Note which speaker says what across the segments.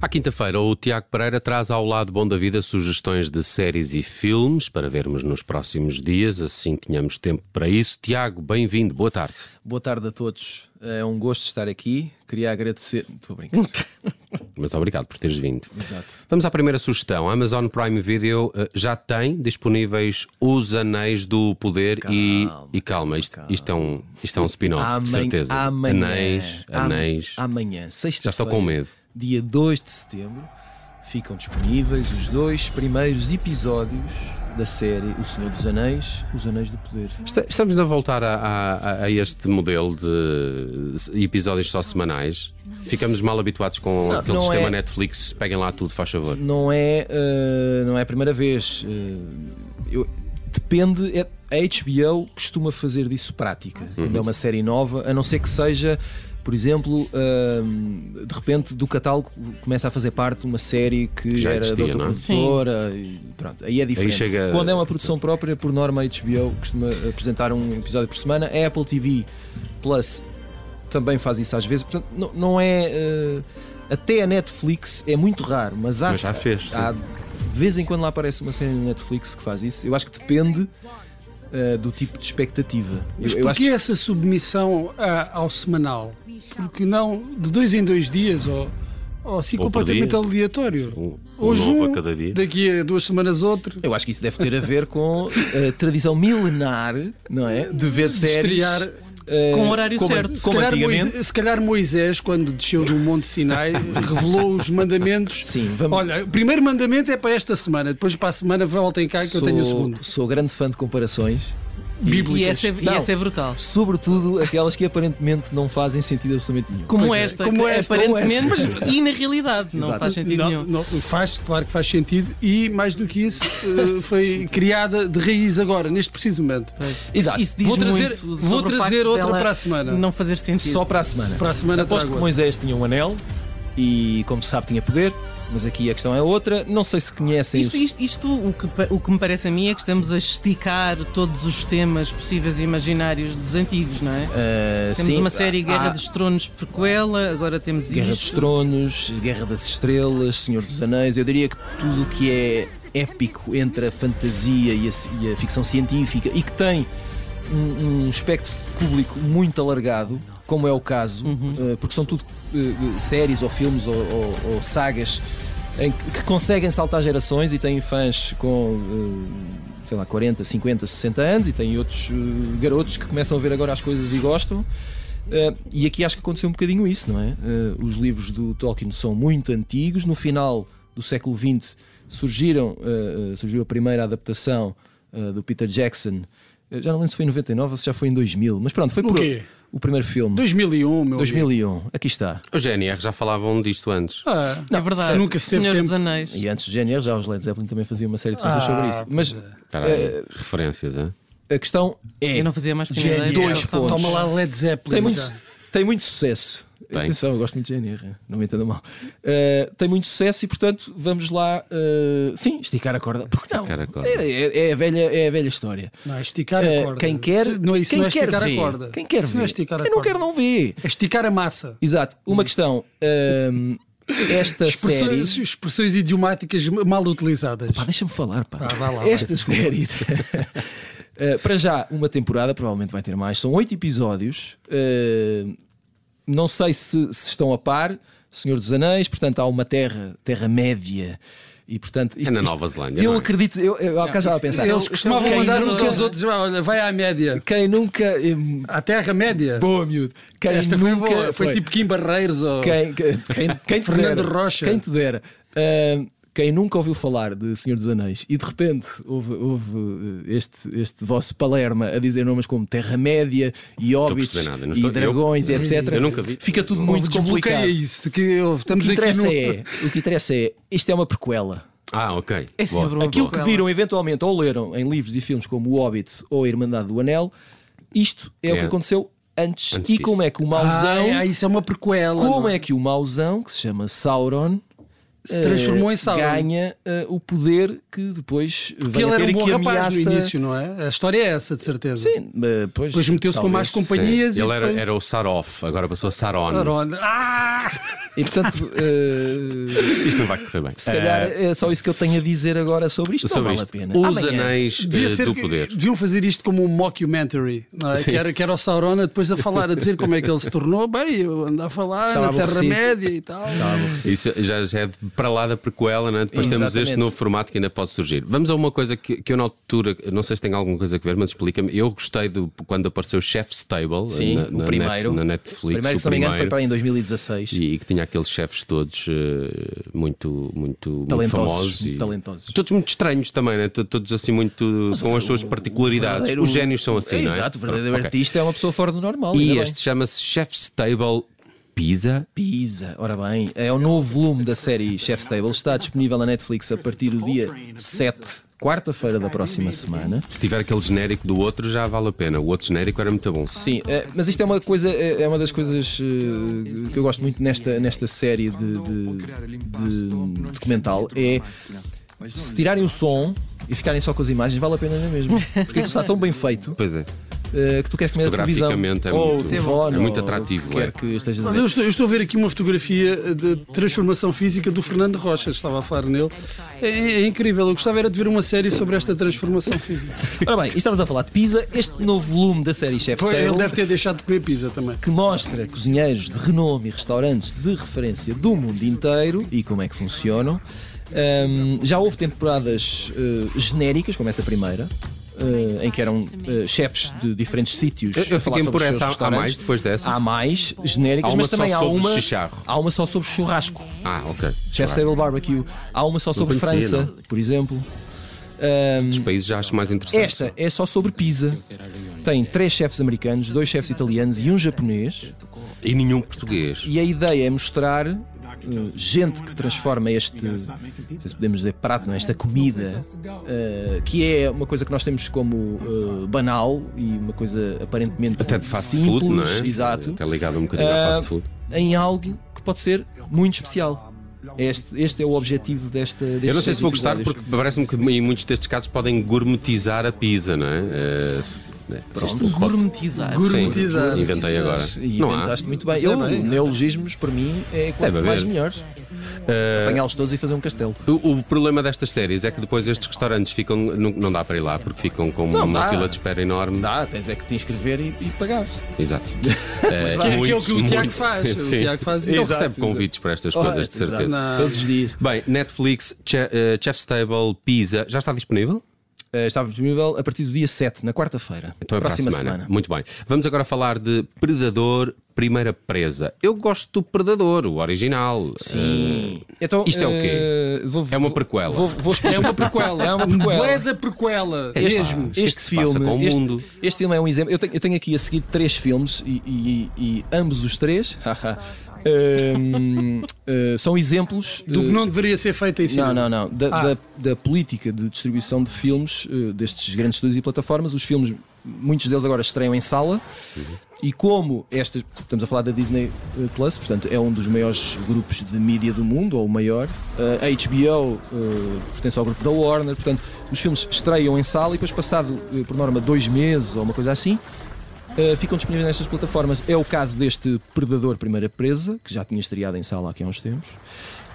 Speaker 1: À quinta-feira, o Tiago Pereira traz ao lado bom da vida sugestões de séries e filmes para vermos nos próximos dias, assim tenhamos tempo para isso. Tiago, bem-vindo, boa tarde.
Speaker 2: Boa tarde a todos. É um gosto estar aqui. Queria agradecer. Estou a brincar.
Speaker 1: Mas obrigado por teres vindo.
Speaker 2: Exato.
Speaker 1: Vamos à primeira sugestão. A Amazon Prime Video eh, já tem disponíveis Os Anéis do Poder e, e calma, isto, isto é um, isto é um spin-off, de certeza.
Speaker 2: Amanhã.
Speaker 1: Anéis,
Speaker 2: Am-
Speaker 1: anéis.
Speaker 2: Amanhã, sexta-feira.
Speaker 1: Já estou com medo.
Speaker 2: Dia 2 de setembro, ficam disponíveis os dois primeiros episódios da série O Senhor dos Anéis, Os Anéis do Poder.
Speaker 1: Esta- Estamos a voltar a, a- a este modelo de episódios só semanais. Ficamos mal habituados com aquele
Speaker 2: não
Speaker 1: sistema
Speaker 2: é.
Speaker 1: Netflix, peguem lá tudo, faz favor.
Speaker 2: Não é, eh, não é a primeira vez. Eh, eu- depende. é- a HBO costuma fazer disso prática. Quando É uma série nova, a não ser que seja, por exemplo, eh, de repente do catálogo começa a fazer parte uma série que
Speaker 1: Já
Speaker 2: era de
Speaker 1: existia,
Speaker 2: outra
Speaker 1: não é?
Speaker 2: produtora. E pronto, aí é diferente.
Speaker 1: chega-
Speaker 2: Quando é uma produção própria, por norma, a HBO costuma apresentar um episódio por semana. A Apple TV Plus também faz isso às vezes. Portanto, não, não é. eh, até a Netflix é muito raro, mas há.
Speaker 1: Mas já fez, sim.
Speaker 2: há- de vez em quando lá aparece uma série na Netflix que faz isso. Eu acho que depende eh, do tipo de expectativa.
Speaker 3: Mas
Speaker 2: Eu, eu acho
Speaker 3: porquê
Speaker 2: que
Speaker 3: essa submissão a- ao semanal? Porque não de dois em dois dias ou, ou assim
Speaker 1: Ou por
Speaker 3: completamente
Speaker 1: dia.
Speaker 3: aleatório?
Speaker 1: Um- um
Speaker 3: Hoje
Speaker 1: novo
Speaker 3: um,
Speaker 1: a cada dia.
Speaker 3: daqui a duas semanas outro.
Speaker 2: eu acho que isso deve ter a ver com a tradição milenar, não é? De ver séries.
Speaker 3: estrear
Speaker 2: eh,
Speaker 4: com o horário
Speaker 2: como-
Speaker 4: certo.
Speaker 3: Se
Speaker 2: Como
Speaker 3: calhar, eh,
Speaker 2: antigamente.
Speaker 3: Moisés, se calhar Moisés, quando desceu do Monte Sinai, revelou os mandamentos.
Speaker 2: Sim, vamos-
Speaker 3: Olha, o primeiro mandamento é para esta semana, depois para a semana voltem cá que eu tenho o segundo.
Speaker 2: sou grande fã de comparações.
Speaker 3: Bíblicas.
Speaker 4: E essa, é- e
Speaker 2: Não.
Speaker 4: essa é brutal.
Speaker 2: Sobretudo aquelas que aparentemente não fazem sentido absolutamente nenhum.
Speaker 4: Como
Speaker 3: Pois é,
Speaker 4: esta,
Speaker 3: como
Speaker 4: que
Speaker 3: esta,
Speaker 4: aparentemente,
Speaker 3: ou
Speaker 4: e na realidade, não
Speaker 2: Exato.
Speaker 4: faz sentido
Speaker 3: Não,
Speaker 4: nenhum.
Speaker 3: não, faz, claro que faz sentido e mais do que isso, eh, foi criada de raiz agora, neste preciso momento.
Speaker 2: Exato.
Speaker 4: Isso diz
Speaker 3: Vou trazer-
Speaker 4: muito
Speaker 3: vou
Speaker 4: sobre o
Speaker 3: trazer
Speaker 4: facto
Speaker 3: outra
Speaker 4: dela
Speaker 3: para a semana.
Speaker 4: Não fazer sentido.
Speaker 2: Só para a semana.
Speaker 3: Para a semana
Speaker 2: Aposto que
Speaker 3: trago outra.
Speaker 2: Moisés tinha um anel e, como se sabe, tinha poder, mas aqui a questão é outra. Não sei se conhecem
Speaker 4: Isto,
Speaker 2: o-
Speaker 4: isto, isto o, que, pa- o que me parece a mim é que estamos a esticar todos os temas possíveis e imaginários dos antigos, não é?
Speaker 2: Ah,
Speaker 4: Temos
Speaker 2: sim,
Speaker 4: uma série Guerra
Speaker 2: há
Speaker 4: dos Tronos prequela, agora temos
Speaker 2: Guerra dos
Speaker 4: isto.
Speaker 2: Tronos, Guerra das Estrelas, Senhor dos Anéis. Eu diria que tudo o que é épico entre a fantasia e a, ci- e a ficção científica e que tem um, um espectro de público muito alargado, como é o caso, eh, porque são tudo eh, séries ou filmes ou, ou- ou sagas em que, que conseguem saltar gerações e têm fãs com. eh, Sei lá, 40, 50, 60 anos, e têm outros eh, garotos que começam a ver agora as coisas e gostam. Uh, e aqui acho que aconteceu um bocadinho isso, não é? Uh, os livros do Tolkien são muito antigos. No final do século XX surgiram, uh, uh, surgiu a primeira adaptação uh, do Peter Jackson. Uh, já não lembro se foi em 99 ou se já foi em 2000, mas pronto, foi
Speaker 3: No
Speaker 2: por
Speaker 3: quê?
Speaker 2: o primeiro filme.
Speaker 3: 2001, meu
Speaker 2: 2001, aqui está.
Speaker 1: O GNR já falavam disto antes.
Speaker 3: amigo.
Speaker 4: é verdade.
Speaker 3: nunca se teve
Speaker 4: Senhor
Speaker 3: tempo.
Speaker 4: dos Anéis.
Speaker 2: E antes do GNR, já os Led Zeppelin também faziam uma série de canções sobre isso. Mas
Speaker 1: Espera aí,
Speaker 2: Eh,
Speaker 1: referências, hein?
Speaker 2: a questão Ah, é.
Speaker 4: Eu não fazia mais pequena
Speaker 2: Gênio.
Speaker 4: ideia.
Speaker 2: Dois
Speaker 4: Estava-
Speaker 2: pontos.
Speaker 3: Toma lá Led Zeppelin.
Speaker 2: tem muito,
Speaker 3: já.
Speaker 2: tem muito sucesso.
Speaker 1: Tem.
Speaker 2: Atenção, eu gosto muito de GNR, não me entendam mal. Uh, tem muito sucesso e, portanto, vamos lá, uh, sim, esticar a corda. Porque não?
Speaker 1: Esticar a corda.
Speaker 2: É, é- é a velha, é a velha história.
Speaker 3: Não, é esticar
Speaker 2: Uh,
Speaker 3: a corda.
Speaker 2: quem quer,
Speaker 3: Se- não, isso
Speaker 2: quem
Speaker 3: não é
Speaker 2: quer
Speaker 3: esticar
Speaker 2: ver,
Speaker 3: a corda.
Speaker 2: Quem quer
Speaker 3: Isso
Speaker 2: ver.
Speaker 3: não é esticar a
Speaker 2: Quem não
Speaker 3: corda.
Speaker 2: quer não vê.
Speaker 3: É esticar a massa.
Speaker 2: Exato. Uma questão. um, esta série.
Speaker 3: Expressões, expressões idiomáticas mal utilizadas.
Speaker 2: Pá, deixa-me falar, pá.
Speaker 3: Ah, vai lá,
Speaker 2: Esta série. Eh, para já, uma temporada, provavelmente vai ter mais. São oito episódios. Eh, não sei se, se estão a par. Senhor dos Anéis, portanto, há uma terra, Terra-média. E, portanto, isto-
Speaker 1: É na
Speaker 2: isto-
Speaker 1: Nova Zelândia.
Speaker 2: Eu
Speaker 1: não é?
Speaker 2: acredito, eu, eu é há bocado estava a pensar.
Speaker 3: Eles costumavam
Speaker 2: quem
Speaker 3: mandar uns
Speaker 2: nunca-
Speaker 3: aos outros, "Ah, olha, vai à média.
Speaker 2: Quem nunca. em-
Speaker 3: À Terra-média.
Speaker 2: Boa, miúdo. Quem
Speaker 3: Esta foi
Speaker 2: nunca.
Speaker 3: boa. Foi tipo Kim Barreiros ou.
Speaker 2: Quem, quem, quem- quem te
Speaker 3: Fernando
Speaker 2: dera,
Speaker 3: Rocha.
Speaker 2: Quem te dera. Ahm, quem nunca ouviu falar de Senhor dos Anéis e de repente houve, houve, eh, este, este vosso Palerma a dizer nomes como Terra-média e Hobbits
Speaker 1: perceber nada, não
Speaker 2: e
Speaker 1: estou- eu-
Speaker 2: Dragões, e etc.
Speaker 1: Eu nunca vi.
Speaker 2: Fica tudo
Speaker 3: Houve
Speaker 2: muito complicado.
Speaker 3: desbloqueio a isso. Que eu-
Speaker 2: O
Speaker 3: estamos
Speaker 2: que,
Speaker 3: aqui
Speaker 2: interessa
Speaker 3: no.
Speaker 2: é, o que interessa é, isto é uma prequela.
Speaker 1: Ah, ok.
Speaker 4: É
Speaker 1: Boa.
Speaker 4: sempre uma
Speaker 2: Aquilo que
Speaker 4: prequela.
Speaker 2: viram eventualmente ou leram em livros e filmes como O Hobbit ou A Irmandade do Anel, isto é, o que
Speaker 1: É.
Speaker 2: aconteceu antes.
Speaker 1: Antes
Speaker 2: e
Speaker 1: disso.
Speaker 2: como é que o mauzão
Speaker 3: Ah, um é, isso é uma prequela.
Speaker 2: como
Speaker 3: não
Speaker 2: é que o mauzão, que se chama Sauron,
Speaker 3: Se transformou em Sauron.
Speaker 2: ganha eh, o poder que depois
Speaker 3: Que
Speaker 2: vem
Speaker 3: ele
Speaker 2: a ter
Speaker 3: era um
Speaker 2: e
Speaker 3: bom
Speaker 2: que
Speaker 3: rapaz
Speaker 2: ameaça...
Speaker 3: no início, não é? A história é essa, de certeza.
Speaker 2: Sim, eh, pois,
Speaker 3: Depois meteu-se com
Speaker 2: talvez.
Speaker 3: más companhias e
Speaker 1: Ele era,
Speaker 3: depois-
Speaker 1: era o Sarof, agora passou a Saron.
Speaker 3: Sauron. Ah!
Speaker 2: E portanto, eh,
Speaker 1: Isto não vai correr bem.
Speaker 2: se calhar é só isso que eu tenho a dizer agora sobre isto. não
Speaker 1: Sobre
Speaker 2: vale
Speaker 1: isto,
Speaker 2: a pena.
Speaker 1: os
Speaker 2: Amanhã.
Speaker 1: anéis
Speaker 3: Devia
Speaker 1: eh,
Speaker 3: ser
Speaker 1: do
Speaker 3: que-
Speaker 1: poder.
Speaker 3: Deviam fazer isto como um mockumentary, não é? que, era, que era o Sauron a depois a falar, a dizer como é que ele se tornou. Bem, eu ando a falar
Speaker 2: Estava
Speaker 3: na
Speaker 2: aborrecido.
Speaker 3: Terra-média e tal.
Speaker 1: Isso já, já é de- para lá da prequela, né? depois temos
Speaker 2: Exatamente.
Speaker 1: este novo formato que ainda pode surgir. Vamos a uma coisa que, que eu na altura, não sei se tem alguma coisa a ver, mas explica-me. Eu gostei do, quando apareceu o Chef's Table
Speaker 2: Sim,
Speaker 1: na,
Speaker 2: o
Speaker 1: na
Speaker 2: primeiro.
Speaker 1: Net- na Netflix.
Speaker 2: primeiro,
Speaker 1: o
Speaker 2: se não me engano, foi
Speaker 1: primeiro.
Speaker 2: para aí em 2016.
Speaker 1: E, e que tinha aqueles chefes todos eh, muito, muito, muito
Speaker 2: Talentosos,
Speaker 1: famosos. E...
Speaker 2: talentosos.
Speaker 1: Todos muito estranhos também, né? To- todos assim muito com as suas particularidades.
Speaker 2: verdadeiro-
Speaker 1: Os génios são assim,
Speaker 2: É,
Speaker 1: não é?
Speaker 2: Exato, o verdadeiro
Speaker 1: Pronto, ok.
Speaker 2: artista é uma pessoa fora do normal.
Speaker 1: E
Speaker 2: ainda bem.
Speaker 1: este chama-se Chef's Table Pizza.
Speaker 2: Pisa, ora bem, é o novo volume da série Chef's Table. Está disponível na Netflix a partir do dia 7, quarta-feira da próxima semana.
Speaker 1: Se tiver aquele genérico do outro, já vale a pena. O outro genérico era muito bom.
Speaker 2: Sim, eh, mas isto é uma coisa, eh, é uma das coisas eh, que eu gosto muito nesta, nesta série de, de- de documental. É se tirarem o som e ficarem só com as imagens, vale a pena na mesma. Porque aquilo está tão bem feito
Speaker 1: Pois é.
Speaker 2: eh, que tu queres comer a televisão.
Speaker 1: Fotograficamente é
Speaker 2: ou
Speaker 1: muito-
Speaker 2: o telefone,
Speaker 1: é muito
Speaker 2: ou o
Speaker 1: atrativo,
Speaker 2: que quer
Speaker 1: é.
Speaker 2: que estejas a
Speaker 3: Olha, Eu
Speaker 2: ver.
Speaker 3: estou, eu estou a ver aqui uma fotografia de transformação física do Fernando Rocha, estava a falar nele. É, é incrível, eu gostava era de ver uma série sobre esta transformação física.
Speaker 2: Ora bem, e estamos a falar de Pisa, este novo volume da série Chef's
Speaker 3: Foi- é
Speaker 2: Table.
Speaker 3: ele deve ter deixado de comer pizza também.
Speaker 2: que mostra cozinheiros de renome e restaurantes de referência do mundo inteiro e como é que funcionam. Ahm, já houve temporadas eh, genéricas, como essa primeira, eh, em que eram eh, chefes de diferentes sítios.
Speaker 1: Eu, eu
Speaker 2: a falar
Speaker 1: fiquei
Speaker 2: sobre
Speaker 1: por
Speaker 2: os seus
Speaker 1: essa. Há, há
Speaker 2: restaurantes.
Speaker 1: mais depois dessa?
Speaker 2: Há mais genéricas,
Speaker 1: Há uma
Speaker 2: mas também
Speaker 1: só
Speaker 2: há
Speaker 1: sobre
Speaker 2: uma.
Speaker 1: chicharro.
Speaker 2: Há uma só sobre churrasco.
Speaker 1: Ah, ok.
Speaker 2: Chef's
Speaker 1: Claro.
Speaker 2: Table Barbecue. Há uma só sobre
Speaker 1: conhecia,
Speaker 2: França, por exemplo. Ahm,
Speaker 1: Os países já acho mais interessante.
Speaker 2: esta é só sobre Pisa. Tem três chefes americanos, dois chefes italianos e um japonês.
Speaker 1: E nenhum português.
Speaker 2: E a ideia é mostrar eh, gente que transforma este, não sei se podemos dizer prato, não, é? esta comida, eh, que é uma coisa que nós temos como eh, banal e uma coisa aparentemente
Speaker 1: Até de fast
Speaker 2: simples,
Speaker 1: food, não é?
Speaker 2: exato,
Speaker 1: Até ligado um bocadinho à
Speaker 2: Ah,
Speaker 1: fast food.
Speaker 2: em algo que pode ser muito especial. Este, este é o objetivo desta. destes
Speaker 1: Eu não sei se vou
Speaker 2: seis
Speaker 1: gostar,
Speaker 2: episódios.
Speaker 1: porque parece-me que em muitos destes casos podem gourmetizar a pizza, não é? Eh, se- né, isto pode-
Speaker 4: Gourmetizar.
Speaker 3: Gourmetizar.
Speaker 1: Sim, inventei agora.
Speaker 2: E
Speaker 1: Não há.
Speaker 2: inventaste muito bem.
Speaker 3: Isso é
Speaker 2: Eu,
Speaker 3: bem.
Speaker 2: neologismos, para mim, é quanto
Speaker 1: Deve
Speaker 2: mais
Speaker 1: haver.
Speaker 2: melhores.
Speaker 1: Eh,
Speaker 2: Apanhá-los todos e fazer um castelo.
Speaker 1: O, o problema destas séries é que depois estes restaurantes ficam. Não, não dá para ir lá, porque ficam com
Speaker 2: Não
Speaker 1: uma
Speaker 2: dá.
Speaker 1: fila de espera enorme.
Speaker 2: Dá, tens é que te inscrever e, e pagar.
Speaker 1: Exato. Eh,
Speaker 3: É aquilo que o Tiago
Speaker 1: Tiago
Speaker 3: faz. O Tiago faz
Speaker 1: Ele
Speaker 3: isso.
Speaker 1: recebe convites para estas coisas, de
Speaker 2: Exato.
Speaker 1: certeza.
Speaker 3: Não.
Speaker 2: Todos os dias.
Speaker 1: Bem, Netflix, Che- eh, Chef's Table, Pizza, já está disponível?
Speaker 2: Eh, estava disponível a partir do dia 7, na quarta-feira.
Speaker 1: Então é para a
Speaker 2: próxima
Speaker 1: semana. Muito bem. Vamos agora falar de Predador, Primeira Presa. Eu gosto do Predador, o original.
Speaker 2: Sim. Então,
Speaker 1: isto é o
Speaker 2: eh, vou-
Speaker 1: É uma
Speaker 2: vou-
Speaker 1: prequela.
Speaker 2: Vou, vou explicar.
Speaker 3: É uma prequela.
Speaker 2: É uma prequela.
Speaker 3: bué da prequela.
Speaker 1: É isto.
Speaker 3: mesmo.
Speaker 1: Isto é que se passa com o
Speaker 2: este,
Speaker 1: mundo.
Speaker 2: este filme é um exemplo. Eu tenho, eu tenho aqui a seguir três filmes e, e- e ambos os três haha, ehm, eh, são exemplos
Speaker 3: Do
Speaker 2: eh,
Speaker 3: que não deveria ser feito em cima.
Speaker 2: Não, não, não. Da,
Speaker 3: Ah.
Speaker 2: da- da política de distribuição de filmes eh, destes grandes estúdios e plataformas, os filmes, muitos deles agora estreiam em sala. E como estas, estamos a falar da Disney eh, Plus, portanto é um dos maiores grupos de mídia do mundo, ou o maior. Eh, A HBO eh, pertence ao grupo da Warner, portanto os filmes estreiam em sala e depois, passado eh, por norma dois meses ou uma coisa assim, Uh, ficam disponíveis nestas plataformas. É o caso deste Predador Primeira Presa, que já tinha estreado em sala aqui há uns tempos.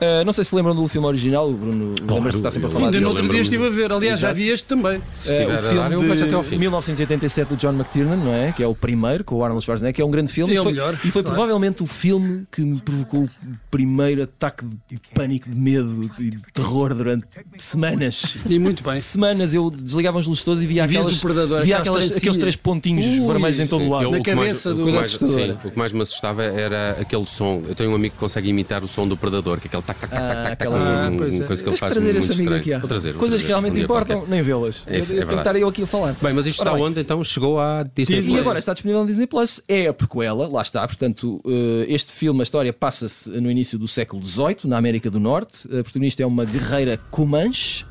Speaker 2: Uh, não sei se lembram do filme original, o Bruno lembra-se que está sempre a
Speaker 1: eu-
Speaker 2: falar
Speaker 3: Ainda
Speaker 1: Eu
Speaker 3: no
Speaker 2: dele.
Speaker 3: outro dia
Speaker 1: lembro-me
Speaker 3: estive a ver. Aliás, já
Speaker 2: Exato.
Speaker 3: vi este também.
Speaker 1: Se
Speaker 2: Uh,
Speaker 1: tiver
Speaker 2: o
Speaker 1: a dar, eu
Speaker 2: filme
Speaker 1: vejo
Speaker 2: de
Speaker 1: até ao fim.
Speaker 2: 1987 do John McTiernan, não é? Que é o primeiro, com o Arnold Schwarzenegger, que é um grande filme.
Speaker 3: É
Speaker 2: e
Speaker 3: o
Speaker 2: foi,
Speaker 3: melhor,
Speaker 2: e foi
Speaker 3: claro.
Speaker 2: provavelmente o filme que me provocou o primeiro ataque de pânico, de medo e de terror durante semanas.
Speaker 3: E muito bem.
Speaker 2: Semanas eu desligava os luzes todos e via,
Speaker 3: vias
Speaker 2: aquelas,
Speaker 3: o predador,
Speaker 2: via
Speaker 3: aquelas
Speaker 2: aquelas-
Speaker 3: trancinhas.
Speaker 2: aqueles três pontinhos
Speaker 3: Ui,
Speaker 2: vermelhos em todo
Speaker 1: Sim,
Speaker 2: o lado.
Speaker 1: eu-
Speaker 3: Na
Speaker 1: o que mais-
Speaker 3: cabeça
Speaker 1: o que
Speaker 3: do-
Speaker 1: mais-
Speaker 2: assustadora.
Speaker 1: sim, o que mais me assustava era aquele som. Eu tenho um amigo que consegue imitar o som do predador, que é aquele tac tac tac
Speaker 2: Ah,
Speaker 1: tac tac,
Speaker 2: aquela-
Speaker 1: um-
Speaker 3: Ah, pois
Speaker 1: uma
Speaker 3: é.
Speaker 1: coisa que ele
Speaker 2: Tens de
Speaker 1: faz
Speaker 2: trazer
Speaker 1: muito
Speaker 2: esse amigo
Speaker 1: estranho.
Speaker 2: aqui. há.
Speaker 1: Vou trazer, vou
Speaker 2: Coisas que
Speaker 1: trazer, um
Speaker 2: realmente
Speaker 1: dia
Speaker 2: importam,
Speaker 1: qualquer.
Speaker 2: nem vê-las.
Speaker 1: É, é
Speaker 2: eu tenho que
Speaker 1: verdade.
Speaker 2: estar eu aqui a falar.
Speaker 1: Bem, mas isto
Speaker 2: Ora
Speaker 1: está
Speaker 2: bem.
Speaker 1: onde então? Chegou à Disney
Speaker 2: E
Speaker 1: Plus.
Speaker 2: agora está disponível na Disney Plus. É a prequela, lá está. Portanto, eh, este filme, a história passa-se no início do século XVIII, na América do Norte. A protagonista é uma guerreira Comanche.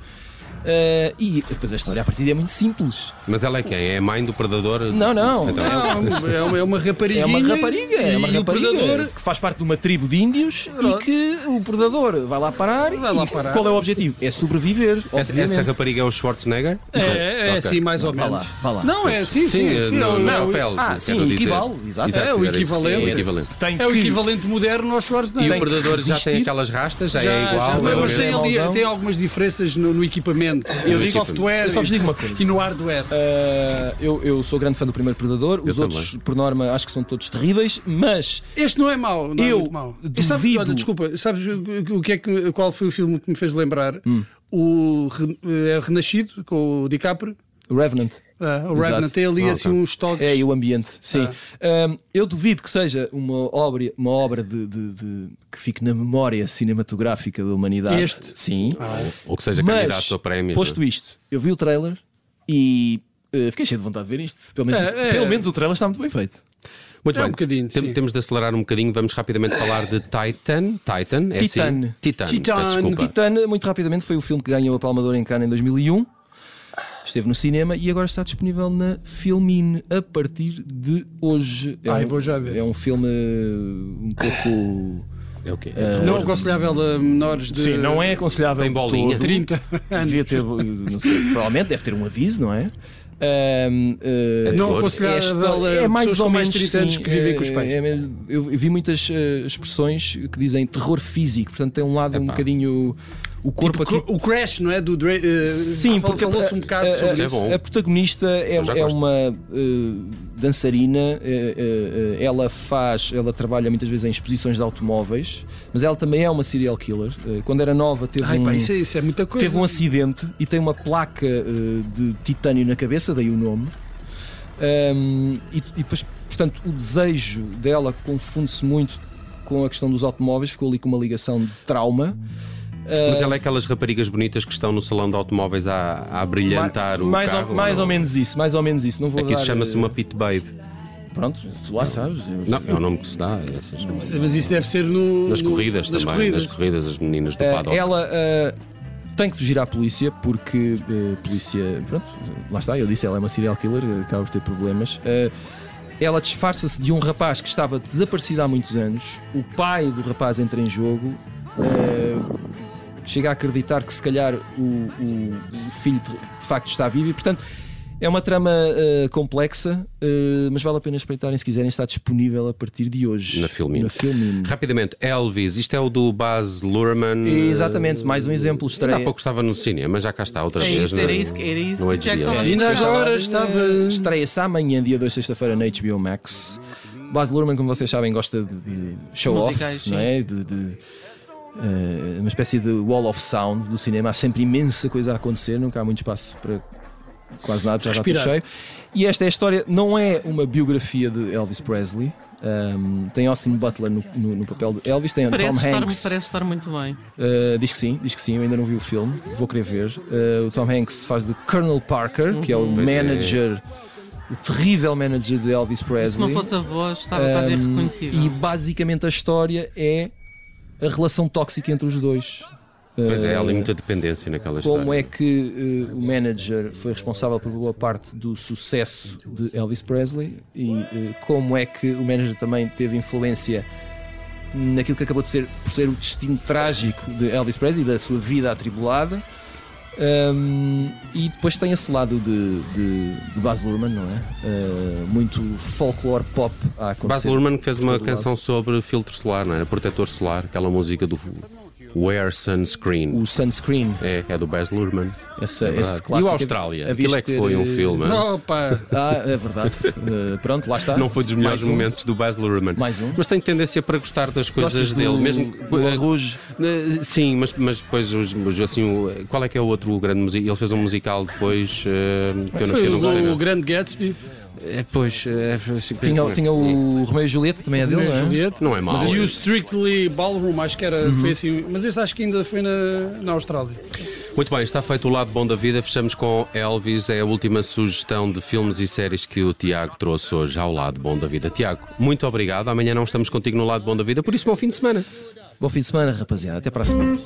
Speaker 2: Eh, e depois a história a partir daí é muito simples.
Speaker 1: Mas ela é quem? É a mãe do predador?
Speaker 2: Não, não.
Speaker 1: Então,
Speaker 3: Não, é uma, é uma
Speaker 2: Ah, É
Speaker 3: rapariguinha.
Speaker 2: uma rapariga,
Speaker 3: e,
Speaker 2: é uma
Speaker 3: e o
Speaker 2: rapariga
Speaker 3: predador
Speaker 2: que faz parte de uma tribo de índios e
Speaker 3: Pronto.
Speaker 2: que o predador vai lá parar.
Speaker 3: Vai lá
Speaker 2: e
Speaker 3: parar.
Speaker 2: Qual é o objetivo? É sobreviver.
Speaker 1: Essa,
Speaker 2: obviamente.
Speaker 1: essa rapariga é o Schwarzenegger?
Speaker 3: é, é
Speaker 1: Ok.
Speaker 3: assim, mais ou
Speaker 2: Vá
Speaker 3: menos.
Speaker 2: lá, vá lá.
Speaker 3: Não, é assim, sim, sim,
Speaker 1: Sim,
Speaker 3: é
Speaker 1: não,
Speaker 3: o-
Speaker 1: não é
Speaker 3: é
Speaker 1: o
Speaker 3: o-
Speaker 1: pele.
Speaker 2: ah, sim,
Speaker 1: quero dizer.
Speaker 2: equivale, exato.
Speaker 3: É o
Speaker 1: era isso.
Speaker 3: equivalente.
Speaker 1: É o equivalente.
Speaker 2: Tem
Speaker 3: É o
Speaker 2: que-
Speaker 3: equivalente moderno ao
Speaker 1: E
Speaker 3: Schwarzenegger.
Speaker 1: o predador já
Speaker 2: resistir.
Speaker 1: tem aquelas rastas? Já,
Speaker 3: Já,
Speaker 1: é igual?
Speaker 3: já,
Speaker 1: mais ou
Speaker 3: mas
Speaker 1: menos?
Speaker 3: tem, ali,
Speaker 2: Mauzão.
Speaker 3: tem algumas diferenças no, no equipamento, no
Speaker 1: digo-
Speaker 3: software
Speaker 2: É Eu só vos digo uma coisa.
Speaker 3: e no hardware.
Speaker 2: Ah, eu, eu sou grande fã do primeiro Predador. Os
Speaker 1: Eu
Speaker 2: outros, por norma, acho que são todos terríveis, mas
Speaker 3: Este não é mau, não é
Speaker 2: Eu
Speaker 3: muito mau.
Speaker 2: duvido-
Speaker 3: E Sabes, olha, desculpa, sabes o- o que é que, qual foi o filme que me fez lembrar?
Speaker 2: Hum.
Speaker 3: O Re- é Renascido, com o DiCaprio,
Speaker 2: o Revenant
Speaker 3: ah, o
Speaker 2: Exato.
Speaker 3: Revenant, tem ali
Speaker 1: Ah,
Speaker 3: assim
Speaker 1: ok.
Speaker 3: uns toques.
Speaker 2: é e o ambiente. Sim. Ah, eu duvido que seja uma obra, uma obra de, de- de- que fique na memória cinematográfica da humanidade.
Speaker 3: Este?
Speaker 2: Sim.
Speaker 1: Ou que seja
Speaker 2: mas,
Speaker 1: candidato a prémio.
Speaker 2: posto isto, eu vi o trailer e ah, fiquei cheio de vontade de ver isto. Pelo menos,
Speaker 3: É, é.
Speaker 2: pelo menos o trailer está muito bem feito.
Speaker 1: Muito
Speaker 3: É
Speaker 1: bem.
Speaker 3: um bocadinho,
Speaker 1: Tem-
Speaker 3: sim.
Speaker 1: Temos de acelerar um bocadinho. Vamos rapidamente falar de Titan. Titan, é
Speaker 2: Titan.
Speaker 1: assim? Titan.
Speaker 3: Titan.
Speaker 1: peço Desculpa.
Speaker 2: Titan, muito rapidamente, foi o filme que ganhou a Palma de Ouro em Cannes em 2001. Esteve no cinema e agora está disponível na Filmin a partir de hoje.
Speaker 3: Ai,
Speaker 2: um,
Speaker 3: vou já ver.
Speaker 2: É um filme uh, um pouco.
Speaker 1: É o quê?
Speaker 3: Não aconselhável a menores de
Speaker 2: Sim, não é aconselhável.
Speaker 1: Tem
Speaker 2: de
Speaker 1: bolinha.
Speaker 2: todo.
Speaker 3: 30 anos.
Speaker 2: Devia ter, uh, não sei, provavelmente deve ter um aviso, não é? Um, uh,
Speaker 3: Não
Speaker 1: Flor.
Speaker 2: É
Speaker 3: aconselhável a pessoas com mais de 30 anos
Speaker 2: sim,
Speaker 3: que vivem
Speaker 2: é-
Speaker 3: com os pais.
Speaker 2: é mesmo- eu vi muitas eh, expressões que dizem terror físico, portanto tem um lado um
Speaker 1: Epá.
Speaker 2: bocadinho o corpo aqui.
Speaker 3: Tipo O Crash, não é? Do Dra eh,
Speaker 2: tipo Sim,
Speaker 3: fal-
Speaker 2: porque
Speaker 3: falou-se
Speaker 2: a-
Speaker 3: um bocado
Speaker 2: a,
Speaker 3: sobre
Speaker 1: Isso é
Speaker 3: isso.
Speaker 1: bom.
Speaker 2: a protagonista é,
Speaker 1: Eu já
Speaker 2: é
Speaker 1: gosto.
Speaker 2: uma eh, dançarina, eh, eh, eh, ela faz, ela trabalha muitas vezes em exposições de automóveis, mas ela também é uma serial killer. Eh, quando era nova teve
Speaker 3: Ai,
Speaker 2: um
Speaker 1: Hum.
Speaker 3: pá, isso, é, isso é muita coisa.
Speaker 2: teve um acidente e tem uma placa eh, de titânio na cabeça, daí o nome. Ahm, e, e depois, portanto, o desejo dela confunde-se muito com a questão dos automóveis, ficou ali com uma ligação de trauma. Ah,
Speaker 1: Mas ela é aquelas raparigas bonitas que estão no salão de automóveis a, a brilhantar o
Speaker 2: mais
Speaker 1: carro.
Speaker 2: ou, mais
Speaker 1: não?
Speaker 2: ou menos isso, mais ou menos isso. Não vou
Speaker 1: Aqui
Speaker 2: dar,
Speaker 1: isso chama-se
Speaker 2: eh,
Speaker 1: uma pit babe.
Speaker 2: Pronto, tu lá sabes.
Speaker 1: Não, é o nome que se dá. é-
Speaker 3: Mas isso deve ser no,
Speaker 1: Nas
Speaker 3: no-
Speaker 1: corridas
Speaker 3: nas
Speaker 1: também.
Speaker 3: Hum, corridas.
Speaker 1: Nas corridas, as meninas do
Speaker 2: Eh,
Speaker 1: paddock.
Speaker 2: ela eh, tem que fugir à polícia porque eh, a polícia. Pronto, eh, lá está, eu disse, ela é uma serial killer, eh, acaba por ter problemas. Eh, ela disfarça-se de um rapaz que estava desaparecido há muitos anos. O pai do rapaz entra em jogo. eh, chega a acreditar que se calhar o, o- o filho de, de facto está vivo e portanto é uma trama eh, complexa, eh, mas vale a pena espreitarem se quiserem, está disponível a partir de hoje.
Speaker 1: Na Filmin.
Speaker 2: Na Filmin.
Speaker 1: Rapidamente, Elvis, isto é o do Baz Luhrmann.
Speaker 2: E, Exatamente, mais um exemplo.
Speaker 1: Ainda há
Speaker 2: Estreia,
Speaker 1: pouco estava no cinema, mas já cá está outra
Speaker 4: É
Speaker 1: vez.
Speaker 4: isso,
Speaker 1: não
Speaker 4: era isso, que- era isso
Speaker 1: não
Speaker 4: que o Jack
Speaker 1: HBO.
Speaker 4: estava a
Speaker 3: Ainda
Speaker 4: dizer.
Speaker 3: agora estava.
Speaker 2: Estreia-se amanhã, dia 2, sexta-feira, na HBO Max. Baz Luhrmann, como vocês sabem, gosta de, de show-off,
Speaker 4: Musicais, sim.
Speaker 2: não é? De, de, eh, uma espécie de wall of sound do cinema. Há sempre imensa coisa a acontecer, nunca há muito espaço para quase nada, já está tudo
Speaker 3: Respirar.
Speaker 2: cheio. E esta é a história, não é uma biografia de Elvis Presley. Ahm, tem Austin Butler no, no- no papel de Elvis, tem
Speaker 4: Parece
Speaker 2: Tom
Speaker 4: estar,
Speaker 2: Hanks.
Speaker 4: parece estar muito bem.
Speaker 2: Uh, diz que sim, diz que sim, eu ainda não vi o filme, vou querer ver. Uh, o Tom Hanks faz de Colonel Parker, que é o
Speaker 1: Pois é.
Speaker 2: manager, o terrível manager de Elvis Presley.
Speaker 4: Se não fosse a voz, estava quase
Speaker 2: Um,
Speaker 4: irreconhecível.
Speaker 2: E basicamente a história é a relação tóxica entre os dois.
Speaker 1: Pois é,
Speaker 2: Uh,
Speaker 1: há ali muita dependência naquela
Speaker 2: como
Speaker 1: história.
Speaker 2: é que uh, o manager foi responsável por boa parte do sucesso de Elvis Presley e uh, como é que o manager também teve influência naquilo que acabou de ser por ser o destino trágico de Elvis Presley da sua vida atribulada Um, e depois tem esse lado de, de, de Baz Luhrmann não é Uh, muito folclore pop a acontecer
Speaker 1: Baz Luhrmann que fez uma
Speaker 2: todo lado.
Speaker 1: canção sobre filtro solar, não era? Protetor solar, aquela música do Wear Sunscreen.
Speaker 2: o Sunscreen
Speaker 1: É, é do Baz Luhrmann.
Speaker 2: essa,
Speaker 1: É verdade.
Speaker 2: esse
Speaker 1: e o
Speaker 2: clássico
Speaker 1: Austrália?
Speaker 2: Havia
Speaker 1: Aquilo
Speaker 2: de
Speaker 1: é que
Speaker 2: ter,
Speaker 1: foi um
Speaker 2: uh,
Speaker 1: filme. hã?
Speaker 3: Opa!
Speaker 2: Ah, é verdade. Uh, pronto, lá está.
Speaker 1: Não foi dos melhores
Speaker 2: Mais um.
Speaker 1: momentos do Baz Luhrmann.
Speaker 2: Mais um.
Speaker 1: Mas tem tendência para gostar das coisas
Speaker 2: Gostas
Speaker 1: dele.
Speaker 2: do-
Speaker 1: Mesmo
Speaker 2: do La Rouge?
Speaker 1: Eh, Sim, mas, mas depois os, os- assim, o- qual é que é o outro grande musical? Ele fez um musical depois eh, que eu não, que
Speaker 3: Foi
Speaker 1: eu não gostei.
Speaker 3: o, o
Speaker 1: nada.
Speaker 3: grande Gatsby,
Speaker 1: É, pois, é, assim,
Speaker 2: Tinha, tinha o Romeu e Julieta, também é dele,
Speaker 3: Romeo e
Speaker 2: não é?
Speaker 3: Julieta.
Speaker 1: Não é mau.
Speaker 3: E o Strictly Ballroom, acho que era,
Speaker 2: Uhum.
Speaker 3: foi assim. Mas esse acho que ainda foi na, na Austrália.
Speaker 1: Muito bem, está feito o lado bom da vida. Fechamos com Elvis. É a última sugestão de filmes e séries que o Tiago trouxe hoje ao lado bom da vida. Tiago, muito obrigado. Amanhã não estamos contigo no lado bom da vida, por isso, bom fim de semana.
Speaker 2: Bom fim de semana, rapaziada. Até para a semana.